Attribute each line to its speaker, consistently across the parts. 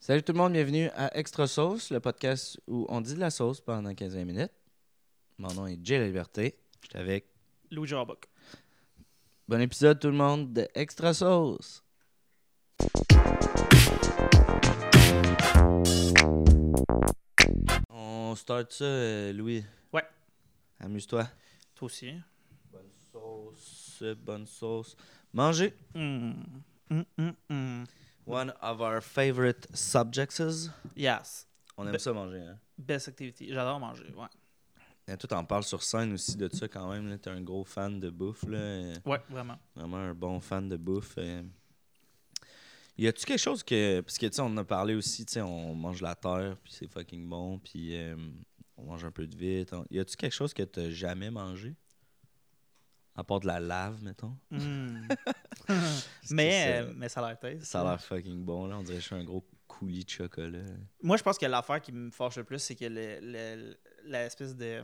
Speaker 1: Salut tout le monde, bienvenue à Extra Sauce, le podcast où on dit de la sauce pendant 15 minutes. Mon nom est Jay La Liberté. Je suis avec.
Speaker 2: Louis Jarboc.
Speaker 1: Bon épisode tout le monde de Extra Sauce. On start ça, euh, Louis.
Speaker 2: Ouais.
Speaker 1: Amuse-toi.
Speaker 2: Toi aussi. hein?
Speaker 1: Bonne sauce, bonne sauce. Manger.
Speaker 2: Mm. Mm, mm, mm.
Speaker 1: One of our favorite subjects.
Speaker 2: Yes.
Speaker 1: On aime
Speaker 2: Ben-
Speaker 1: ça manger, hein?
Speaker 2: Best activity. J'adore manger. Ouais.
Speaker 1: Et toi, t'en parles sur scène aussi de ça quand même. là. T'es un gros fan de bouffe, là. euh,
Speaker 2: Ouais, vraiment.
Speaker 1: Vraiment un bon fan de bouffe. euh. Y a-tu quelque chose que. Parce que, tu sais, on en a parlé aussi, tu sais, on mange la terre, puis c'est fucking bon, puis euh, on mange un peu de vite. on- Y a-tu quelque chose que t'as jamais mangé? À part de la lave, mettons.
Speaker 2: Mm.
Speaker 1: Parce que
Speaker 2: mais,
Speaker 1: ça-
Speaker 2: euh, mais ça a l'air taste.
Speaker 1: Ça a l'air fucking bon, là. On dirait que je suis un gros coulis de chocolat.
Speaker 2: Moi, je pense que l'affaire qui me fâche le plus, c'est que le- le- l'espèce de.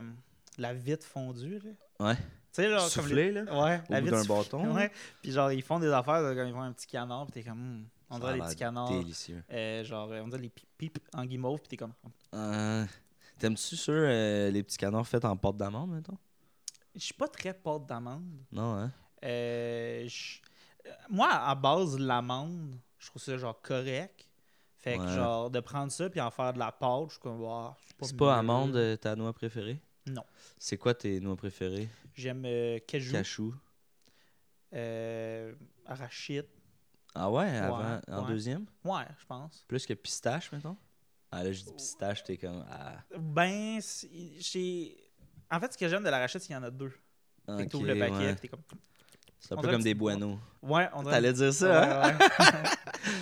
Speaker 2: La vite fondue, là.
Speaker 1: Ouais.
Speaker 2: Tu sais, genre. comme
Speaker 1: Soufflé, là.
Speaker 2: les- Ouais,
Speaker 1: Au
Speaker 2: la
Speaker 1: bout
Speaker 2: vitre
Speaker 1: d'un
Speaker 2: soufflée,
Speaker 1: bâton, là.
Speaker 2: Ouais. Puis genre, ils font des affaires, là, quand ils font un petit canard, puis t'es comme. hum, on
Speaker 1: Ça a
Speaker 2: dirait les
Speaker 1: l'air
Speaker 2: petits canards.
Speaker 1: Délicieux.
Speaker 2: euh, genre, euh, on dirait les pipes en guimauve, puis t'es comme.
Speaker 1: Euh, T'aimes-tu sur les petits canards faits en pâte d'amande, mettons?
Speaker 2: Je suis pas très pâte d'amande.
Speaker 1: Non, hein?
Speaker 2: Euh, je- euh, Moi, à base, l'amande, je trouve ça genre correct. Fait que
Speaker 1: Ouais.
Speaker 2: genre, de prendre ça puis en faire de la pâte, je suis comme, Ouah,
Speaker 1: C'est pas
Speaker 2: mieux.
Speaker 1: amande euh, ta noix préférée?
Speaker 2: Non.
Speaker 1: C'est quoi tes noix préférées?
Speaker 2: J'aime euh, cajou,
Speaker 1: Cachou.
Speaker 2: euh, arachide.
Speaker 1: Ah ouais, avant, en
Speaker 2: ouais.
Speaker 1: deuxième?
Speaker 2: Ouais, je pense.
Speaker 1: Plus que pistache, mettons? Ah là, je dis pistache, t'es comme... Ah,
Speaker 2: Ben, c'est- j'ai. En fait, ce que j'aime de l'arachide, c'est qu'il y en a deux. Fait que
Speaker 1: ok,
Speaker 2: t'ouvres le paquet
Speaker 1: ouais.
Speaker 2: puis t'es comme.
Speaker 1: C'est un
Speaker 2: On
Speaker 1: peu
Speaker 2: dirait
Speaker 1: comme
Speaker 2: une
Speaker 1: des
Speaker 2: petite boîte.
Speaker 1: buenos.
Speaker 2: Ouais, on dirait.
Speaker 1: T'allais dire ça, hein?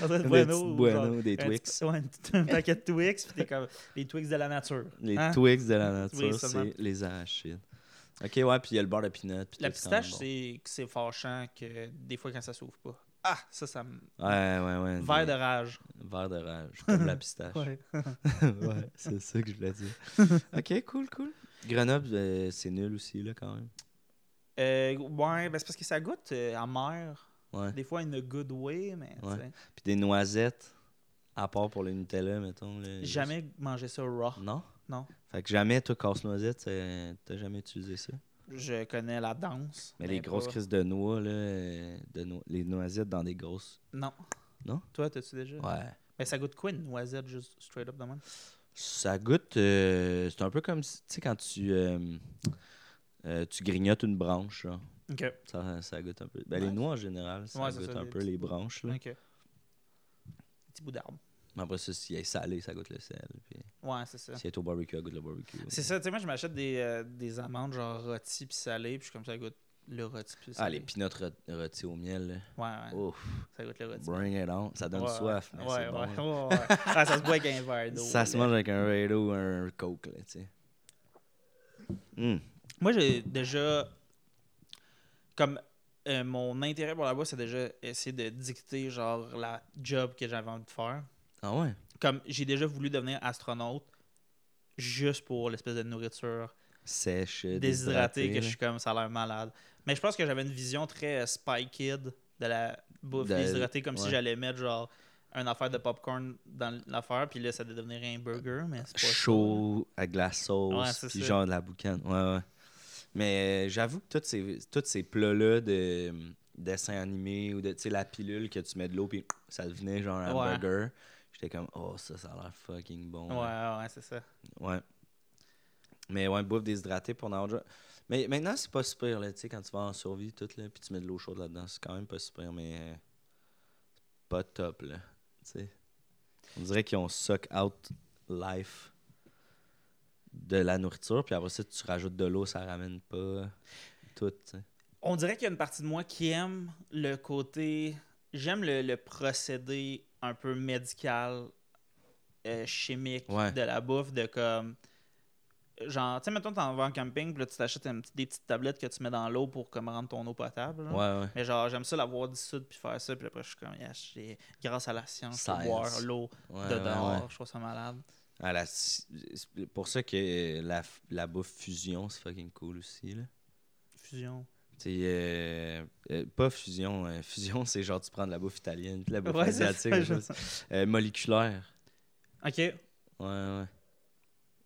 Speaker 2: Ouais,
Speaker 1: Des
Speaker 2: ouais. on dirait une
Speaker 1: petits
Speaker 2: bueno. ou genre
Speaker 1: Bueno, des
Speaker 2: un
Speaker 1: Twix.
Speaker 2: petit- ouais, un petit- un paquet de Twix puis t'es comme. Les Twix de la nature.
Speaker 1: Les
Speaker 2: hein?
Speaker 1: Twix de la nature,
Speaker 2: seulement.
Speaker 1: c'est les arachides. Ok, ouais, puis il y a le beurre de peanut. puis
Speaker 2: La
Speaker 1: tout, c'est quand même
Speaker 2: pistache,
Speaker 1: bon.
Speaker 2: c'est que c'est fâchant que des fois quand ça s'ouvre pas. Ah, ça, ça me.
Speaker 1: Ouais, ouais, ouais.
Speaker 2: Vert
Speaker 1: des-
Speaker 2: de rage.
Speaker 1: Vert de rage, comme la pistache. ouais, c'est ça que je voulais dire. Ok, cool, cool. Grenoble, euh, c'est nul aussi, là, quand même.
Speaker 2: Euh, ouais, ben c'est parce que ça goûte euh, amer.
Speaker 1: Ouais.
Speaker 2: Des fois, in a good way, mais tu
Speaker 1: Ouais.
Speaker 2: sais,
Speaker 1: Puis des noisettes, à part pour le Nutella, mettons. là, juste- Mm.
Speaker 2: jamais mangé ça raw.
Speaker 1: Non?
Speaker 2: Non.
Speaker 1: Fait que jamais, toi, casse-noisette, c'est- t'as jamais utilisé ça.
Speaker 2: Je connais la danse.
Speaker 1: Mais les grosses
Speaker 2: Ben pas-
Speaker 1: crises de noix, là, euh, de no- les noisettes dans des grosses.
Speaker 2: Non.
Speaker 1: Non?
Speaker 2: Toi, t'as-tu déjà
Speaker 1: Ouais.
Speaker 2: Mais ça goûte quoi une noisette juste straight up de même
Speaker 1: Ça goûte. euh, c'est un peu comme, si- tu sais, quand tu, euh, euh, tu grignotes une branche, là.
Speaker 2: Ok.
Speaker 1: Ça, ça goûte un peu. Ben, Les
Speaker 2: Ouais.
Speaker 1: noix en général, ça
Speaker 2: Ouais, c'est
Speaker 1: goûte
Speaker 2: ça,
Speaker 1: un
Speaker 2: des
Speaker 1: peu
Speaker 2: petits
Speaker 1: les
Speaker 2: bouts.
Speaker 1: branches. Là.
Speaker 2: Ok. Petit bout d'arbre.
Speaker 1: Mais Après ça, si elle est salée, ça goûte le sel. Puis,
Speaker 2: Ouais, c'est ça.
Speaker 1: si elle est au barbecue, elle goûte le barbecue.
Speaker 2: C'est ça, tu sais, moi, je m'achète des, euh, des amandes genre rôties puis salées, puis je suis comme ça, ça goûte le rôti puis
Speaker 1: Ah,
Speaker 2: salé.
Speaker 1: les Oh. peanuts rô- rôtis au miel. là.
Speaker 2: Ouais, ouais.
Speaker 1: Ouf,
Speaker 2: Ça goûte le rôti.
Speaker 1: bring it on. Ça donne
Speaker 2: Ouais,
Speaker 1: soif. Mais
Speaker 2: ouais,
Speaker 1: c'est bon,
Speaker 2: ouais,
Speaker 1: là.
Speaker 2: ouais, ouais. Ah, ça se boit avec un verre d'eau.
Speaker 1: Ça se
Speaker 2: là.
Speaker 1: mange avec un Raido ou un Coke, là, tu sais. Hum,
Speaker 2: Moi, j'ai déjà. Comme euh, mon intérêt pour la boîte, c'est déjà essayer de dicter, genre, la job que j'avais envie de faire.
Speaker 1: Ah ouais?
Speaker 2: Comme j'ai déjà voulu devenir astronaute juste pour l'espèce de nourriture
Speaker 1: Sèche, euh,
Speaker 2: déshydratée, que
Speaker 1: là.
Speaker 2: je suis comme ça a l'air malade. Mais je pense que j'avais une vision très euh, Spy Kid de la bouffe
Speaker 1: De-
Speaker 2: déshydratée, comme si
Speaker 1: ouais.
Speaker 2: j'allais mettre, genre, une affaire de popcorn dans l'affaire, puis là, ça allait devenir un burger, mais c'est pas ça.
Speaker 1: Chaud, avec de la
Speaker 2: Ouais,
Speaker 1: sauce,
Speaker 2: c'est
Speaker 1: puis
Speaker 2: ça.
Speaker 1: genre de la boucane. Ouais, ouais. Mais euh, j'avoue que tous ces, tous ces plats-là de hum, dessins animés ou de, tu sais, la pilule que tu mets de l'eau, puis ça devenait genre un
Speaker 2: Ouais.
Speaker 1: burger. J'étais comme, oh, ça, ça a l'air fucking bon.
Speaker 2: Ouais,
Speaker 1: là.
Speaker 2: ouais, ouais, c'est ça.
Speaker 1: Ouais. Mais ouais, bouffe déshydratée pour en avoir déjà- Mais maintenant, c'est pas super, là, tu sais, quand tu vas en survie, tout, là, puis tu mets de l'eau chaude là-dedans, c'est quand même pas super, mais euh, pas top, là, tu sais. On dirait qu'ils ont suck out life de la nourriture, puis après ça, tu rajoutes de l'eau, ça ramène pas tout, tu sais.
Speaker 2: On dirait qu'il y a une partie de moi qui aime le côté. J'aime le, le procédé un peu médical, euh, chimique
Speaker 1: Ouais.
Speaker 2: de la bouffe, de comme. Genre, tu sais, mettons, t'en vas en camping, puis là, tu t'achètes un petit- des petites tablettes que tu mets dans l'eau pour comme rendre ton eau potable. genre.
Speaker 1: Ouais, ouais.
Speaker 2: Mais genre, j'aime ça l'avoir dissoute, puis faire ça, puis après, je suis comme, yeah, j'ai- grâce à la science, je peux
Speaker 1: Science.
Speaker 2: boire l'eau
Speaker 1: ouais,
Speaker 2: de
Speaker 1: ouais,
Speaker 2: dehors,
Speaker 1: ouais.
Speaker 2: je trouve ça malade.
Speaker 1: Ah, la- c'est pour ça que la, f- la bouffe fusion, c'est fucking cool aussi, là.
Speaker 2: Fusion.
Speaker 1: T'sais, euh, euh, pas fusion. euh, fusion, c'est genre tu prends de la bouffe italienne, puis de la bouffe
Speaker 2: Ouais, c'est ça,
Speaker 1: asiatique, des
Speaker 2: je-
Speaker 1: choses- euh, moléculaire.
Speaker 2: Ok. Ah
Speaker 1: Ouais, ouais.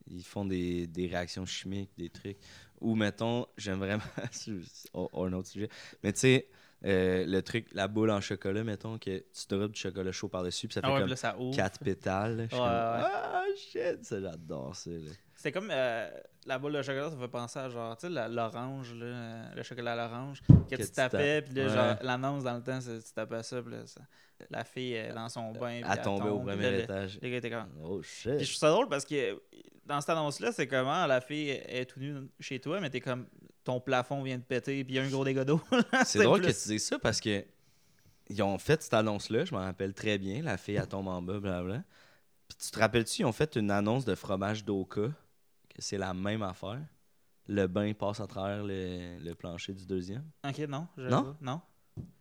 Speaker 1: Ils font des, des réactions chimiques, des trucs. Ou mettons, j'aime vraiment. c'est un- oh, un autre sujet. Mais tu sais, euh, le truc, la boule en chocolat, mettons, que tu drops du chocolat chaud par-dessus, puis ça fait
Speaker 2: Ah ouais, puis
Speaker 1: comme
Speaker 2: là, ça ouvre.
Speaker 1: quatre pétales. là. Je suis
Speaker 2: Ouais,
Speaker 1: comme,
Speaker 2: ouais.
Speaker 1: Ah, shit! Ça, j'adore ça. là.
Speaker 2: C'est comme euh, la boule de chocolat, ça me fait penser à genre, tu sais, la- l'orange, là, euh, le chocolat à l'orange, que,
Speaker 1: tu
Speaker 2: tu tapais,
Speaker 1: tapes.
Speaker 2: puis là,
Speaker 1: Ouais.
Speaker 2: genre, l'annonce dans le temps, c'est- tu tapais ça, puis là, ça- la fille est dans son bain. puis
Speaker 1: À
Speaker 2: elle
Speaker 1: tomber au
Speaker 2: tombe, puis
Speaker 1: premier
Speaker 2: là, le-
Speaker 1: étage.
Speaker 2: Le gars était comme.
Speaker 1: Oh, shit!
Speaker 2: Puis je trouve ça drôle parce que euh, dans cette annonce-là, c'est comment la fille est tout nue chez toi, mais t'es comme, ton plafond vient de péter, puis il y a un gros dégât d'eau.
Speaker 1: C'est drôle
Speaker 2: plus-
Speaker 1: que tu dises ça parce que ils ont fait cette annonce-là, je m'en rappelle très bien, la fille elle tombe en bas, blablabla. Puis tu te rappelles-tu, ils ont fait une annonce de fromage d'Oka, que c'est la même affaire. Le bain passe à travers le, le plancher du deuxième.
Speaker 2: Ok, non. je-
Speaker 1: Non?
Speaker 2: Non.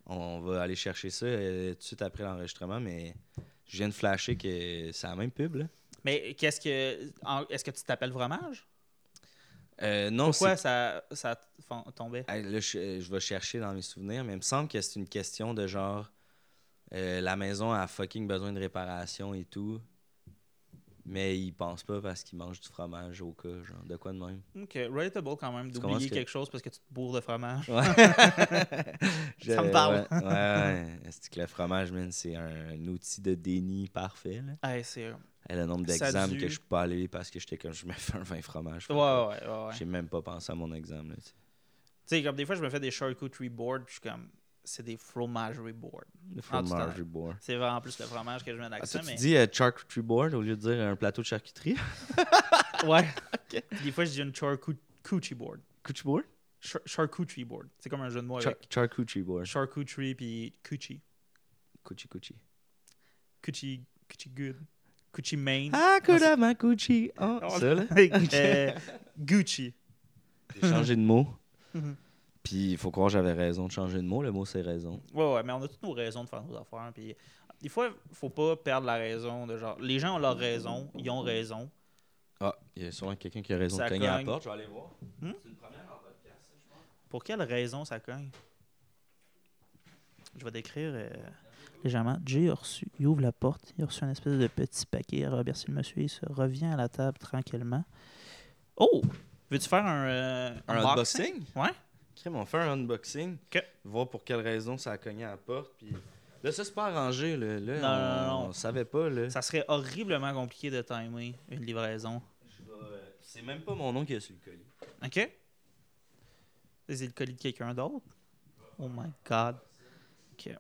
Speaker 1: On, va aller chercher ça euh, tout de suite après l'enregistrement, mais je viens de flasher que c'est la même pub. Là.
Speaker 2: Mais qu'est-ce que. en- Est-ce que tu t'appelles fromage?
Speaker 1: Euh, non, c'est
Speaker 2: Pourquoi ça, ça fon- tombait?
Speaker 1: Hey, là, je, euh, je vais chercher dans mes souvenirs, mais il me semble que c'est une question de genre euh, la maison a fucking besoin de réparation et tout. Mais ils pensent pas parce qu'ils mangent du fromage au cas, genre de quoi de même.
Speaker 2: Ok, relatable quand même,
Speaker 1: comprends ce
Speaker 2: d'oublier
Speaker 1: que-
Speaker 2: quelque chose parce que tu te bourres de fromage.
Speaker 1: Ouais.
Speaker 2: Ça me parle.
Speaker 1: Ouais, ouais, ouais. C'est que le fromage, man, c'est un, outil de déni parfait. là.
Speaker 2: Hey, c'est. Ouais,
Speaker 1: Et le nombre
Speaker 2: Ça
Speaker 1: d'examens
Speaker 2: dû-
Speaker 1: que je suis pas allé parce que j'étais comme je me fais un vin fromage.
Speaker 2: ouais, ouais. ouais.
Speaker 1: J'ai même pas pensé à mon examen. là, tu sais.
Speaker 2: Tu sais, comme des fois, je me fais des charcuterie boards, puis je suis comme, c'est des fromagerie boards.
Speaker 1: Le
Speaker 2: Ah, tu t'en-
Speaker 1: fromage, bois.
Speaker 2: C'est vraiment plus le fromage que je mets
Speaker 1: Ah, toi,
Speaker 2: d'accent,
Speaker 1: tu
Speaker 2: mais.
Speaker 1: dis euh, charcuterie board au lieu de dire un plateau de charcuterie?
Speaker 2: Ouais. Puis Des fois, je dis une charcuterie board.
Speaker 1: Coochie board?
Speaker 2: Char- charcuterie board. C'est comme un jeu de mots
Speaker 1: Char
Speaker 2: avec
Speaker 1: charcuterie board.
Speaker 2: charcuterie puis coochie.
Speaker 1: Coochie coochie.
Speaker 2: Coochie, coochie good. Coochie main.
Speaker 1: Ah, Kodama Coochie. Oh,
Speaker 2: Non,
Speaker 1: ça, là.
Speaker 2: Euh, Gucci.
Speaker 1: J'ai changé de mot.
Speaker 2: Mhm.
Speaker 1: Puis il faut croire que j'avais raison de changer de mot. Le mot, c'est raison.
Speaker 2: Ouais, ouais, mais on a toutes nos raisons de faire nos affaires. Puis des fois, faut pas perdre la raison. De genre, les gens ont leur raison, ils ont raison.
Speaker 1: Ah, il y a sûrement quelqu'un qui a raison
Speaker 2: Ça
Speaker 1: de cogner à la
Speaker 2: cogne.
Speaker 1: porte. Je vais aller voir.
Speaker 2: Hmm?
Speaker 1: C'est une première en podcast. ça, je pense.
Speaker 2: Pour quelle raison ça cogne Je vais décrire euh, légèrement. Jay a reçu, il ouvre la porte, il a reçu un espèce de petit paquet, il a remercié le monsieur, il se revient à la table tranquillement. Oh Veux-tu faire un, euh,
Speaker 1: Un
Speaker 2: unboxing?
Speaker 1: unboxing?
Speaker 2: Ouais.
Speaker 1: Crime, on fait un unboxing.
Speaker 2: Ok.
Speaker 1: Voir pour quelle raison ça a cogné à la porte. Puis là, ça, c'est pas arrangé. Là, là
Speaker 2: Non,
Speaker 1: on,
Speaker 2: non, non.
Speaker 1: on savait pas. Là.
Speaker 2: Ça serait horriblement compliqué de timer une livraison.
Speaker 1: Je vais, euh, C'est même pas mon nom qui est sur le colis.
Speaker 2: OK? C'est le colis de quelqu'un d'autre? Oh my God. OK.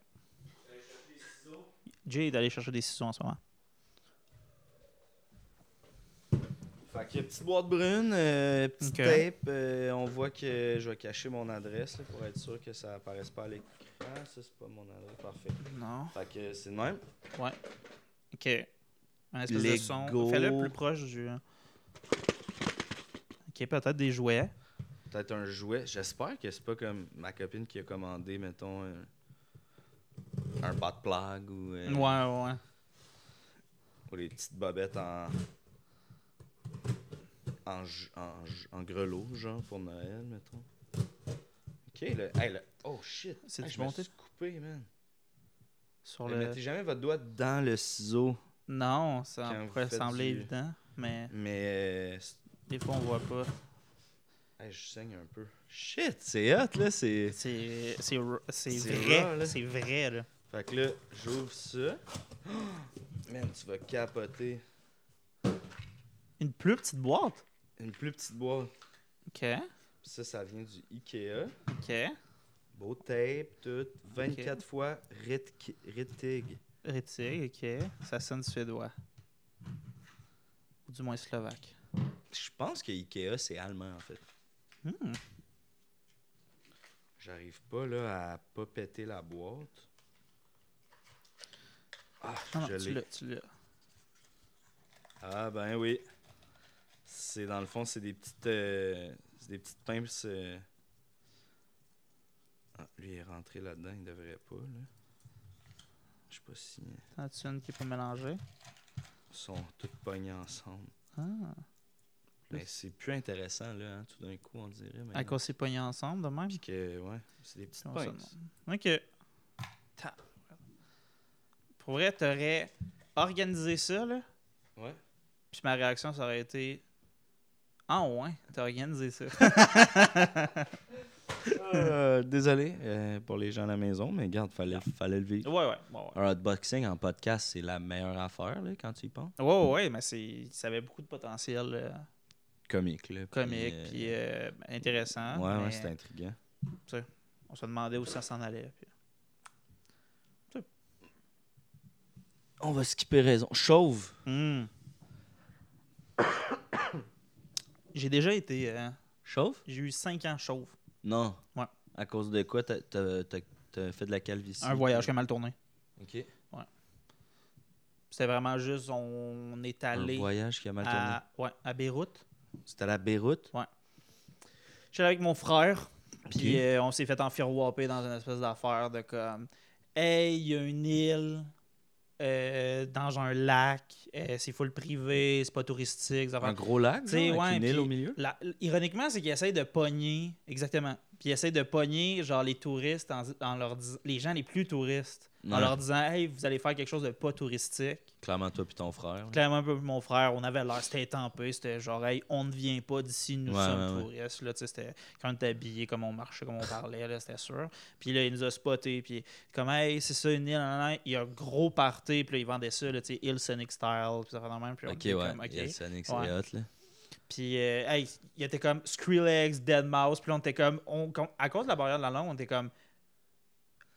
Speaker 2: Jay est allé chercher des ciseaux en ce moment.
Speaker 1: Fait que petite boîte brune, euh, petite
Speaker 2: Ok.
Speaker 1: tape, euh, on voit que je vais cacher mon adresse là, pour être sûr que ça apparaisse pas à l'écran. Ah, Ça, c'est pas mon adresse, parfait.
Speaker 2: Non.
Speaker 1: Fait que c'est le même.
Speaker 2: OK. Un espèce de son.
Speaker 1: Lego.
Speaker 2: Fais-le plus proche du... OK, peut-être des jouets.
Speaker 1: Peut-être un jouet. J'espère que c'est pas comme ma copine qui a commandé, mettons, un, un bas de plague ou, euh,
Speaker 2: Ouais, ouais.
Speaker 1: ou les petites bobettes en. En, ju- en, ju- en grelot, genre, pour Noël, mettons. Ok, là. Hey, là. Oh shit!
Speaker 2: C'est
Speaker 1: Hey,
Speaker 2: du
Speaker 1: je me
Speaker 2: monté.
Speaker 1: suis coupé, man.
Speaker 2: Sur
Speaker 1: Mais
Speaker 2: le...
Speaker 1: Mettez jamais votre doigt dans le ciseau.
Speaker 2: Non, ça
Speaker 1: Quand vous
Speaker 2: pourrait
Speaker 1: faites
Speaker 2: sembler
Speaker 1: du-
Speaker 2: évident, mais
Speaker 1: Mais. euh, c'est-
Speaker 2: des fois, on voit pas.
Speaker 1: hey, je saigne un peu. Shit, c'est hot, là. C'est...
Speaker 2: C'est c'est r- c'est
Speaker 1: C'est raw,
Speaker 2: vrai.
Speaker 1: là.
Speaker 2: C'est vrai, là.
Speaker 1: Fait que là, j'ouvre ça. Man, tu vas capoter.
Speaker 2: Une plus petite boîte.
Speaker 1: Une plus petite boîte.
Speaker 2: OK.
Speaker 1: Ça, ça vient du Ikea.
Speaker 2: OK.
Speaker 1: Beau tape, tout. 24 fois Rit- Ritig.
Speaker 2: Rétig, ok. Ça sonne suédois. Ou du moins slovaque.
Speaker 1: Je pense que Ikea, c'est allemand, en fait.
Speaker 2: Hmm.
Speaker 1: J'arrive pas, là, à pas péter la boîte. Ah,
Speaker 2: Non, non,
Speaker 1: je
Speaker 2: tu
Speaker 1: l'ai.
Speaker 2: l'as, tu l'as.
Speaker 1: Ah ben oui. C'est dans le fond, c'est des petites euh, c'est des petites pinces. euh. Ah, lui il est rentré là-dedans, il devrait pas là. Je sais pas si
Speaker 2: T'en as-tu une qui est pas mélangée?
Speaker 1: ils sont toutes pognés ensemble.
Speaker 2: Ah.
Speaker 1: Mais c'est plus intéressant là, hein, tout d'un coup on dirait.
Speaker 2: À
Speaker 1: Mais
Speaker 2: cause c'est pogné ensemble de même?
Speaker 1: Puis que ouais, c'est des petites
Speaker 2: Non, ça,
Speaker 1: pinces.
Speaker 2: Ok. Ta- Pour vrai, t'aurais organisé ça, là,
Speaker 1: Ouais.
Speaker 2: Puis ma réaction, ça aurait été Ah ouais, t'as organisé ça.
Speaker 1: Euh, désolé euh, pour les gens à la maison, mais garde, fallait, fallait le
Speaker 2: ouais,
Speaker 1: vivre.
Speaker 2: ouais, ouais. ouais.
Speaker 1: Un hotboxing en podcast, c'est la meilleure affaire là, quand tu y penses.
Speaker 2: Ouais, ouais, ouais, mais c'est, ça avait beaucoup de potentiel euh,
Speaker 1: Comique, là. puis,
Speaker 2: comique,
Speaker 1: euh, hein,
Speaker 2: puis euh, intéressant.
Speaker 1: ouais, ouais,
Speaker 2: mais
Speaker 1: c'est intriguant.
Speaker 2: on se demandait où ça s'en allait. puis-
Speaker 1: On va skipper raison. Chauve.
Speaker 2: Hmm. J'ai déjà été. euh,
Speaker 1: Chauve?
Speaker 2: j'ai eu 5 ans chauve.
Speaker 1: Non.
Speaker 2: Ouais.
Speaker 1: À cause de quoi t'as- t'as t'as- t'as fait de la calvitie?
Speaker 2: Un voyage qui a mal tourné.
Speaker 1: Ok.
Speaker 2: C'était vraiment juste, on est
Speaker 1: Un
Speaker 2: allé
Speaker 1: voyage qui a mal tourné.
Speaker 2: à, ouais, à Beyrouth.
Speaker 1: C'était à la Beyrouth.
Speaker 2: J'étais allé avec mon frère, puis
Speaker 1: Ok.
Speaker 2: euh, on s'est fait enfirouapper dans une espèce d'affaire de comme Hey, il y a une île euh, dans un lac, euh, c'est full privé, c'est pas touristique. ça va-
Speaker 1: Un gros lac, genre,
Speaker 2: Tu sais,
Speaker 1: avec
Speaker 2: ouais,
Speaker 1: une île au
Speaker 2: puis-
Speaker 1: milieu.
Speaker 2: La- ironiquement, c'est qu'ils essayent de pogner, exactement, puis ils essayent de pogner genre les touristes, en, en leur dis- les gens les plus touristes, en
Speaker 1: Ouais.
Speaker 2: leur disant Hey, vous allez faire quelque chose de pas touristique.
Speaker 1: Clairement, toi puis ton frère. là.
Speaker 2: Clairement, un peu mon frère, on avait l'air, c'était étampé, c'était genre, hey, on ne vient pas d'ici, nous
Speaker 1: Ouais,
Speaker 2: sommes
Speaker 1: ouais,
Speaker 2: touristes. Là, tu sais, c'était, quand on était habillés, comme on marchait, comme on parlait, là, c'était sûr. Puis là, il nous a spotés, puis comme, hey, c'est ça, une île, nan, nan, nan. il y a un gros party, puis là, ils vendaient ça, là, tu sais, Hill Sonic Style, puis ça fait dans le même. Puis on
Speaker 1: Ok,
Speaker 2: était comme,
Speaker 1: ouais.
Speaker 2: OK.
Speaker 1: Il y a le Sonic, c'est
Speaker 2: Ouais.
Speaker 1: hot, là.
Speaker 2: Puis, euh, hey, il était comme Skrillex, Dead Mouse, puis là, on était comme, on, com- à cause de la barrière de la langue, on était comme,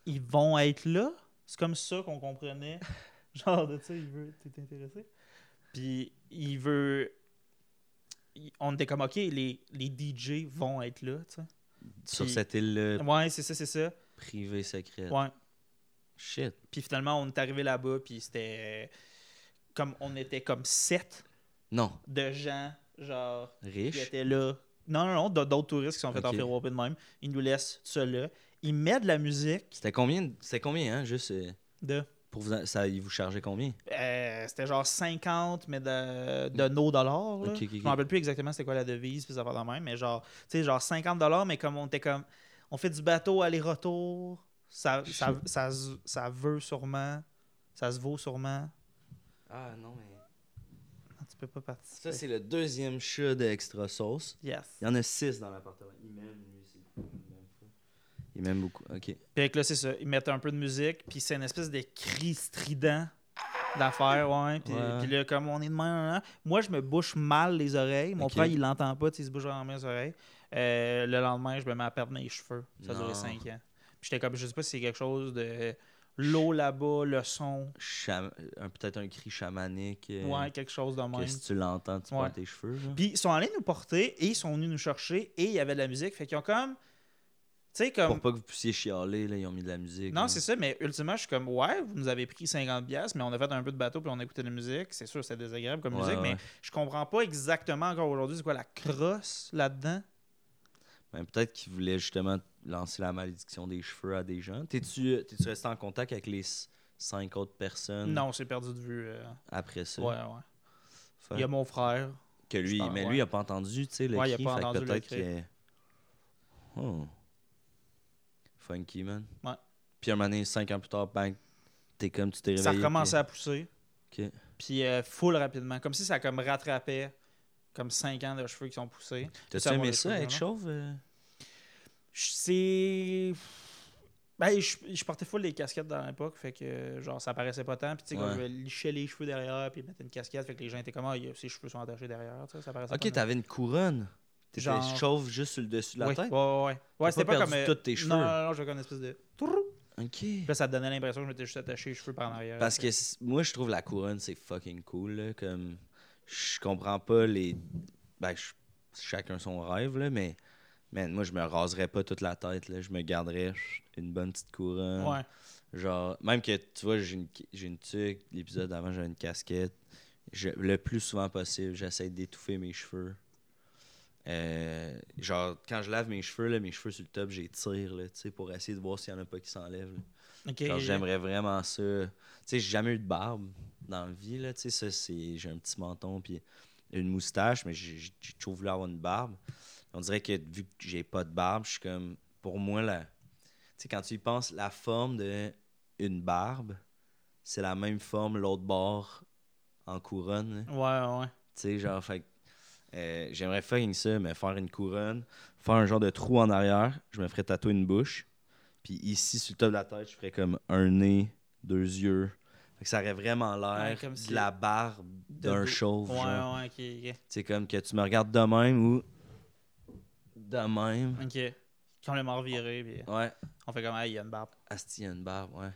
Speaker 2: ils vont être là? C'est comme ça qu'on comprenait. Genre, de, tu sais, il veut, t'es intéressé? Puis, il veut. il- On était comme, OK, les, les DJ vont être là, tu sais.
Speaker 1: Sur
Speaker 2: Puis-
Speaker 1: cette île euh,
Speaker 2: Ouais, c'est ça, c'est ça.
Speaker 1: privée secrète.
Speaker 2: Ouais.
Speaker 1: Shit.
Speaker 2: Puis finalement, on est arrivé là-bas, puis c'était. euh, Comme, on était comme sept
Speaker 1: Non.
Speaker 2: de gens, genre. qui
Speaker 1: Riche.
Speaker 2: étaient là. Non, non, non, d- d'autres touristes qui sont fait
Speaker 1: Ok.
Speaker 2: en faire de même. Ils nous laissent seuls là. Ils mettent de la musique
Speaker 1: C'était combien, de- c'était combien, hein, juste euh,
Speaker 2: de.
Speaker 1: pour vous, en- ça, ils vous chargeaient combien
Speaker 2: euh, c'était genre 50, mais de, de nos dollars. là.
Speaker 1: Mm. Ok, ok, ok.
Speaker 2: Je me rappelle plus exactement c'était quoi la devise, puis ça va dans le même. Mais genre, tu sais, genre 50 dollars, mais comme on était comme. On fait du bateau aller-retour. Ça, ça, ça, se- ça veut sûrement. Ça se vaut sûrement.
Speaker 1: Ah non mais
Speaker 2: Non, Tu peux pas participer.
Speaker 1: ça c'est le deuxième chat de extra sauce.
Speaker 2: Yes.
Speaker 1: Il y en a six dans l'appartement. Il m'aime lui, c'est Il m'aime beaucoup. OK.
Speaker 2: Puis que là, c'est ça. Ils mettent un peu de musique, puis c'est une espèce de cri strident d'affaires, ouais. Puis,
Speaker 1: Ouais.
Speaker 2: puis là, comme on est de même, hein, moi, je me bouche mal les oreilles. Mon
Speaker 1: Ok.
Speaker 2: frère, il l'entend pas, tu sais, il se bouche vraiment bien les oreilles. Euh, le lendemain, je me mets à perdre mes cheveux. Ça a duré
Speaker 1: Non.
Speaker 2: 5 ans. Puis j'étais comme, je sais pas si c'est quelque chose de l'eau là-bas, le son,
Speaker 1: Cham- un- peut-être un cri chamanique. euh,
Speaker 2: ouais, quelque chose de
Speaker 1: que
Speaker 2: même.
Speaker 1: si tu l'entends, tu
Speaker 2: Ouais.
Speaker 1: perds tes cheveux. genre.
Speaker 2: Puis ils sont allés nous porter et ils sont venus nous chercher et il y avait de la musique. Fait qu'ils ont comme, tu sais, comme.
Speaker 1: Pour pas que vous puissiez chialer, là, ils ont mis de la musique.
Speaker 2: euh, Non,
Speaker 1: là.
Speaker 2: c'est ça, mais ultimement, je suis comme, ouais, vous nous avez pris 50$, piastres, mais on a fait un peu de bateau puis on a écouté de la musique. C'est sûr, c'était désagréable comme
Speaker 1: Ouais,
Speaker 2: musique,
Speaker 1: ouais.
Speaker 2: mais je comprends pas exactement encore aujourd'hui c'est quoi la crosse là-dedans.
Speaker 1: Ben, peut-être qu'ils voulaient justement lancer la malédiction des cheveux à des gens. T'es-tu, euh, t'es-tu resté en contact avec les s- cinq autres personnes
Speaker 2: Non, c'est perdu de vue. euh,
Speaker 1: après ça?
Speaker 2: Ouais, ouais.
Speaker 1: Fait
Speaker 2: Il y a mon frère.
Speaker 1: que lui,
Speaker 2: je pense,
Speaker 1: mais
Speaker 2: ouais.
Speaker 1: lui, il a pas entendu, tu sais, le
Speaker 2: Ouais, il a
Speaker 1: cri.
Speaker 2: pas
Speaker 1: fait que
Speaker 2: entendu le
Speaker 1: peut-être
Speaker 2: cri.
Speaker 1: qu'il est... Oh. Funky, man.
Speaker 2: Ouais.
Speaker 1: Puis un moment donné, cinq ans plus tard, bang, t'es comme tu t'es réveillé.
Speaker 2: Ça recommençait à pousser,
Speaker 1: puis- ok.
Speaker 2: puis euh, full rapidement. Comme si ça comme rattrapait comme 5 ans de cheveux qui sont poussés.
Speaker 1: T'as-tu
Speaker 2: Ça, moi,
Speaker 1: aimé
Speaker 2: les
Speaker 1: ça,
Speaker 2: cheveux,
Speaker 1: être
Speaker 2: non?
Speaker 1: chauve? euh?
Speaker 2: Je- C'est. Ben, je, je portais full des casquettes dans l'époque, fait que genre ça paraissait pas tant. Puis tu sais, quand
Speaker 1: Ouais.
Speaker 2: je lichais les cheveux derrière, puis mettre une casquette, fait que les gens étaient comme, ah, il y a- ses cheveux sont attachés derrière, tu sais, ça paraissait
Speaker 1: Ok,
Speaker 2: pas.
Speaker 1: t'avais une couronne. T'étais
Speaker 2: Genre-
Speaker 1: chauve juste sur le dessus de la
Speaker 2: oui,
Speaker 1: tête?
Speaker 2: Ouais, ouais, ouais. ouais
Speaker 1: pas
Speaker 2: c'était pas,
Speaker 1: perdu
Speaker 2: comme. euh,
Speaker 1: tous tes cheveux.
Speaker 2: Non, non, non, j'avais comme une espèce de. Tourou.
Speaker 1: Ok.
Speaker 2: Puis là, ça te donnait l'impression que je m'étais juste attaché les cheveux par en arrière.
Speaker 1: Parce
Speaker 2: Fait
Speaker 1: que c- moi, je trouve la couronne, c'est fucking cool. là, Comme, je comprends pas les. Ben, je- chacun son rêve, là, mais man, moi, je me raserais pas toute la tête. Là. Je me garderais chut, une bonne petite couronne.
Speaker 2: Ouais.
Speaker 1: Genre, même que tu vois, j'ai une, j'ai une tuque. L'épisode avant, j'avais une casquette. Je- le plus souvent possible, j'essaie d'étouffer mes cheveux. Euh, genre, quand je lave mes cheveux, là, mes cheveux sur le top, j'étire là, tu sais, pour essayer de voir s'il y en a pas qui s'enlèvent. là.
Speaker 2: Ok.
Speaker 1: Genre, j'aimerais vraiment ça. Tu sais, j'ai jamais eu de barbe dans la vie, là. Tu sais, ça, c'est... J'ai un petit menton puis une moustache, mais j'ai j'ai toujours voulu avoir une barbe. On dirait que vu que j'ai pas de barbe, je suis comme... Pour moi, là... Tu sais, quand tu y penses, la forme de une barbe, c'est la même forme l'autre bord en couronne. là.
Speaker 2: Ouais, ouais.
Speaker 1: Tu sais, genre, fait que, euh, j'aimerais fucking ça, mais faire une couronne, faire un genre de trou en arrière, je me ferais tatouer une bouche. Puis ici, sur le top de la tête, je ferais comme un nez, deux yeux. Fait que ça aurait vraiment
Speaker 2: Ouais,
Speaker 1: l'air
Speaker 2: comme si-
Speaker 1: de la barbe
Speaker 2: De
Speaker 1: d'un
Speaker 2: beau-
Speaker 1: chauve.
Speaker 2: Ouais,
Speaker 1: genre.
Speaker 2: ouais, ok,
Speaker 1: Tu sais, comme que tu me regardes de même ou de même.
Speaker 2: ok. Ok. Quand le mort viré, puis
Speaker 1: Ouais,
Speaker 2: on fait comme, ah, il y a une barbe.
Speaker 1: Asti, il y a une barbe, ouais.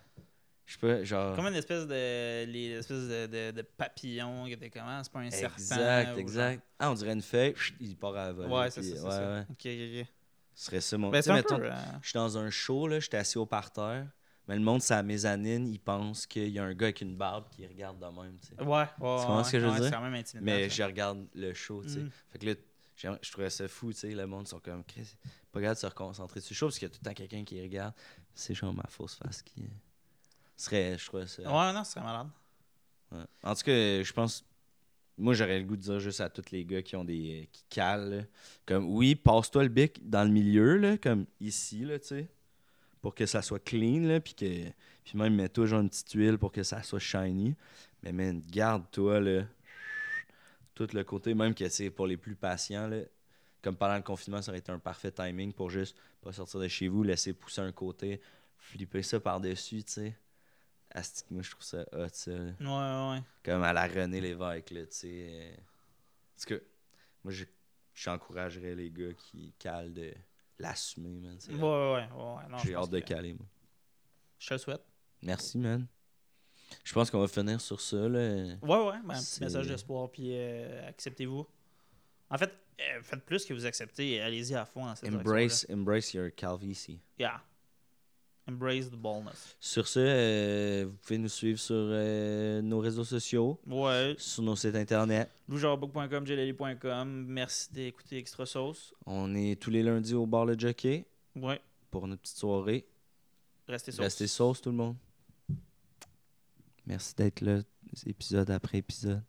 Speaker 1: Je peux, genre.
Speaker 2: Comme une espèce de, les espèces de, de, de papillon qui était comment, c'est pas un serpent.
Speaker 1: Exact,
Speaker 2: ou
Speaker 1: exact. Ah, on dirait une feuille, chut, il part à la volée,
Speaker 2: genre- Ouais, c'est
Speaker 1: puis-
Speaker 2: ça, c'est
Speaker 1: ouais,
Speaker 2: ça.
Speaker 1: ouais.
Speaker 2: Ok, ok, ok.
Speaker 1: Ce serait ça mon.
Speaker 2: Ben,
Speaker 1: Tu
Speaker 2: c'est
Speaker 1: sais,
Speaker 2: un
Speaker 1: mettons,
Speaker 2: peu. euh,
Speaker 1: Je suis dans un show, là, j'étais assis au parterre, mais le monde, c'est la mezzanine, il pense qu'il y a un gars avec une barbe qui regarde de même, tu sais.
Speaker 2: Ouais, ouais. Tu
Speaker 1: comprends ce que je veux dire?
Speaker 2: C'est quand même intimidant.
Speaker 1: Mais
Speaker 2: ça.
Speaker 1: je regarde le show, tu sais.
Speaker 2: Mm.
Speaker 1: Fait que là, j'ai- je trouvais ça fou, tu sais, le monde sont comme, Chris, pas capable de se reconcentrer sur le show, parce qu'il y a tout le temps quelqu'un qui regarde. C'est genre ma fausse face qui euh, serait, je trouvais ça...
Speaker 2: Ouais, non, c'est malade.
Speaker 1: ouais. En tout cas, je pense... Moi, j'aurais le goût de dire juste à tous les gars qui ont des... qui calent, là, comme, oui, passe-toi le bic dans le milieu, là, comme ici, là, tu sais, pour que ça soit clean, là, puis que... Puis même, mets-toi genre une petite huile pour que ça soit shiny. Mais man, garde-toi, là, tout le côté, même que, tu sais, pour les plus patients, là, comme pendant le confinement, ça aurait été un parfait timing pour juste pas sortir de chez vous, laisser pousser un côté, flipper ça par-dessus, tu sais. Asti, moi, je trouve ça hot, ça, là.
Speaker 2: Ouais, ouais.
Speaker 1: Comme à la René Lévesque, là, tu sais. euh. Parce que moi, je- j'encouragerais les gars qui calent de l'assumer, man. c'est
Speaker 2: Ouais, ouais,
Speaker 1: vrai.
Speaker 2: ouais. ouais, non,
Speaker 1: J'ai
Speaker 2: je pense
Speaker 1: hâte de
Speaker 2: que-
Speaker 1: caler, moi.
Speaker 2: Je te le souhaite.
Speaker 1: Merci, man. Je pense qu'on va finir sur ça. Là.
Speaker 2: Ouais, ouais. ben, un petit
Speaker 1: C'est-
Speaker 2: message d'espoir, puis euh, acceptez-vous. En fait, euh, faites plus que vous acceptez et allez-y à fond dans cette
Speaker 1: Embrace, embrace your calvitie.
Speaker 2: direction-là. Yeah. Embrace the baldness.
Speaker 1: Sur ce, euh, vous pouvez nous suivre sur euh, nos réseaux sociaux,
Speaker 2: Ouais.
Speaker 1: sur nos sites internet.
Speaker 2: Loujarbook.com, jlali.com. Merci d'écouter Extra Sauce.
Speaker 1: On est tous les lundis au bar Le Jockey
Speaker 2: Ouais.
Speaker 1: pour notre petite soirée.
Speaker 2: Restez sauce.
Speaker 1: Restez sauce, tout le monde. Merci d'être là, épisode après épisode.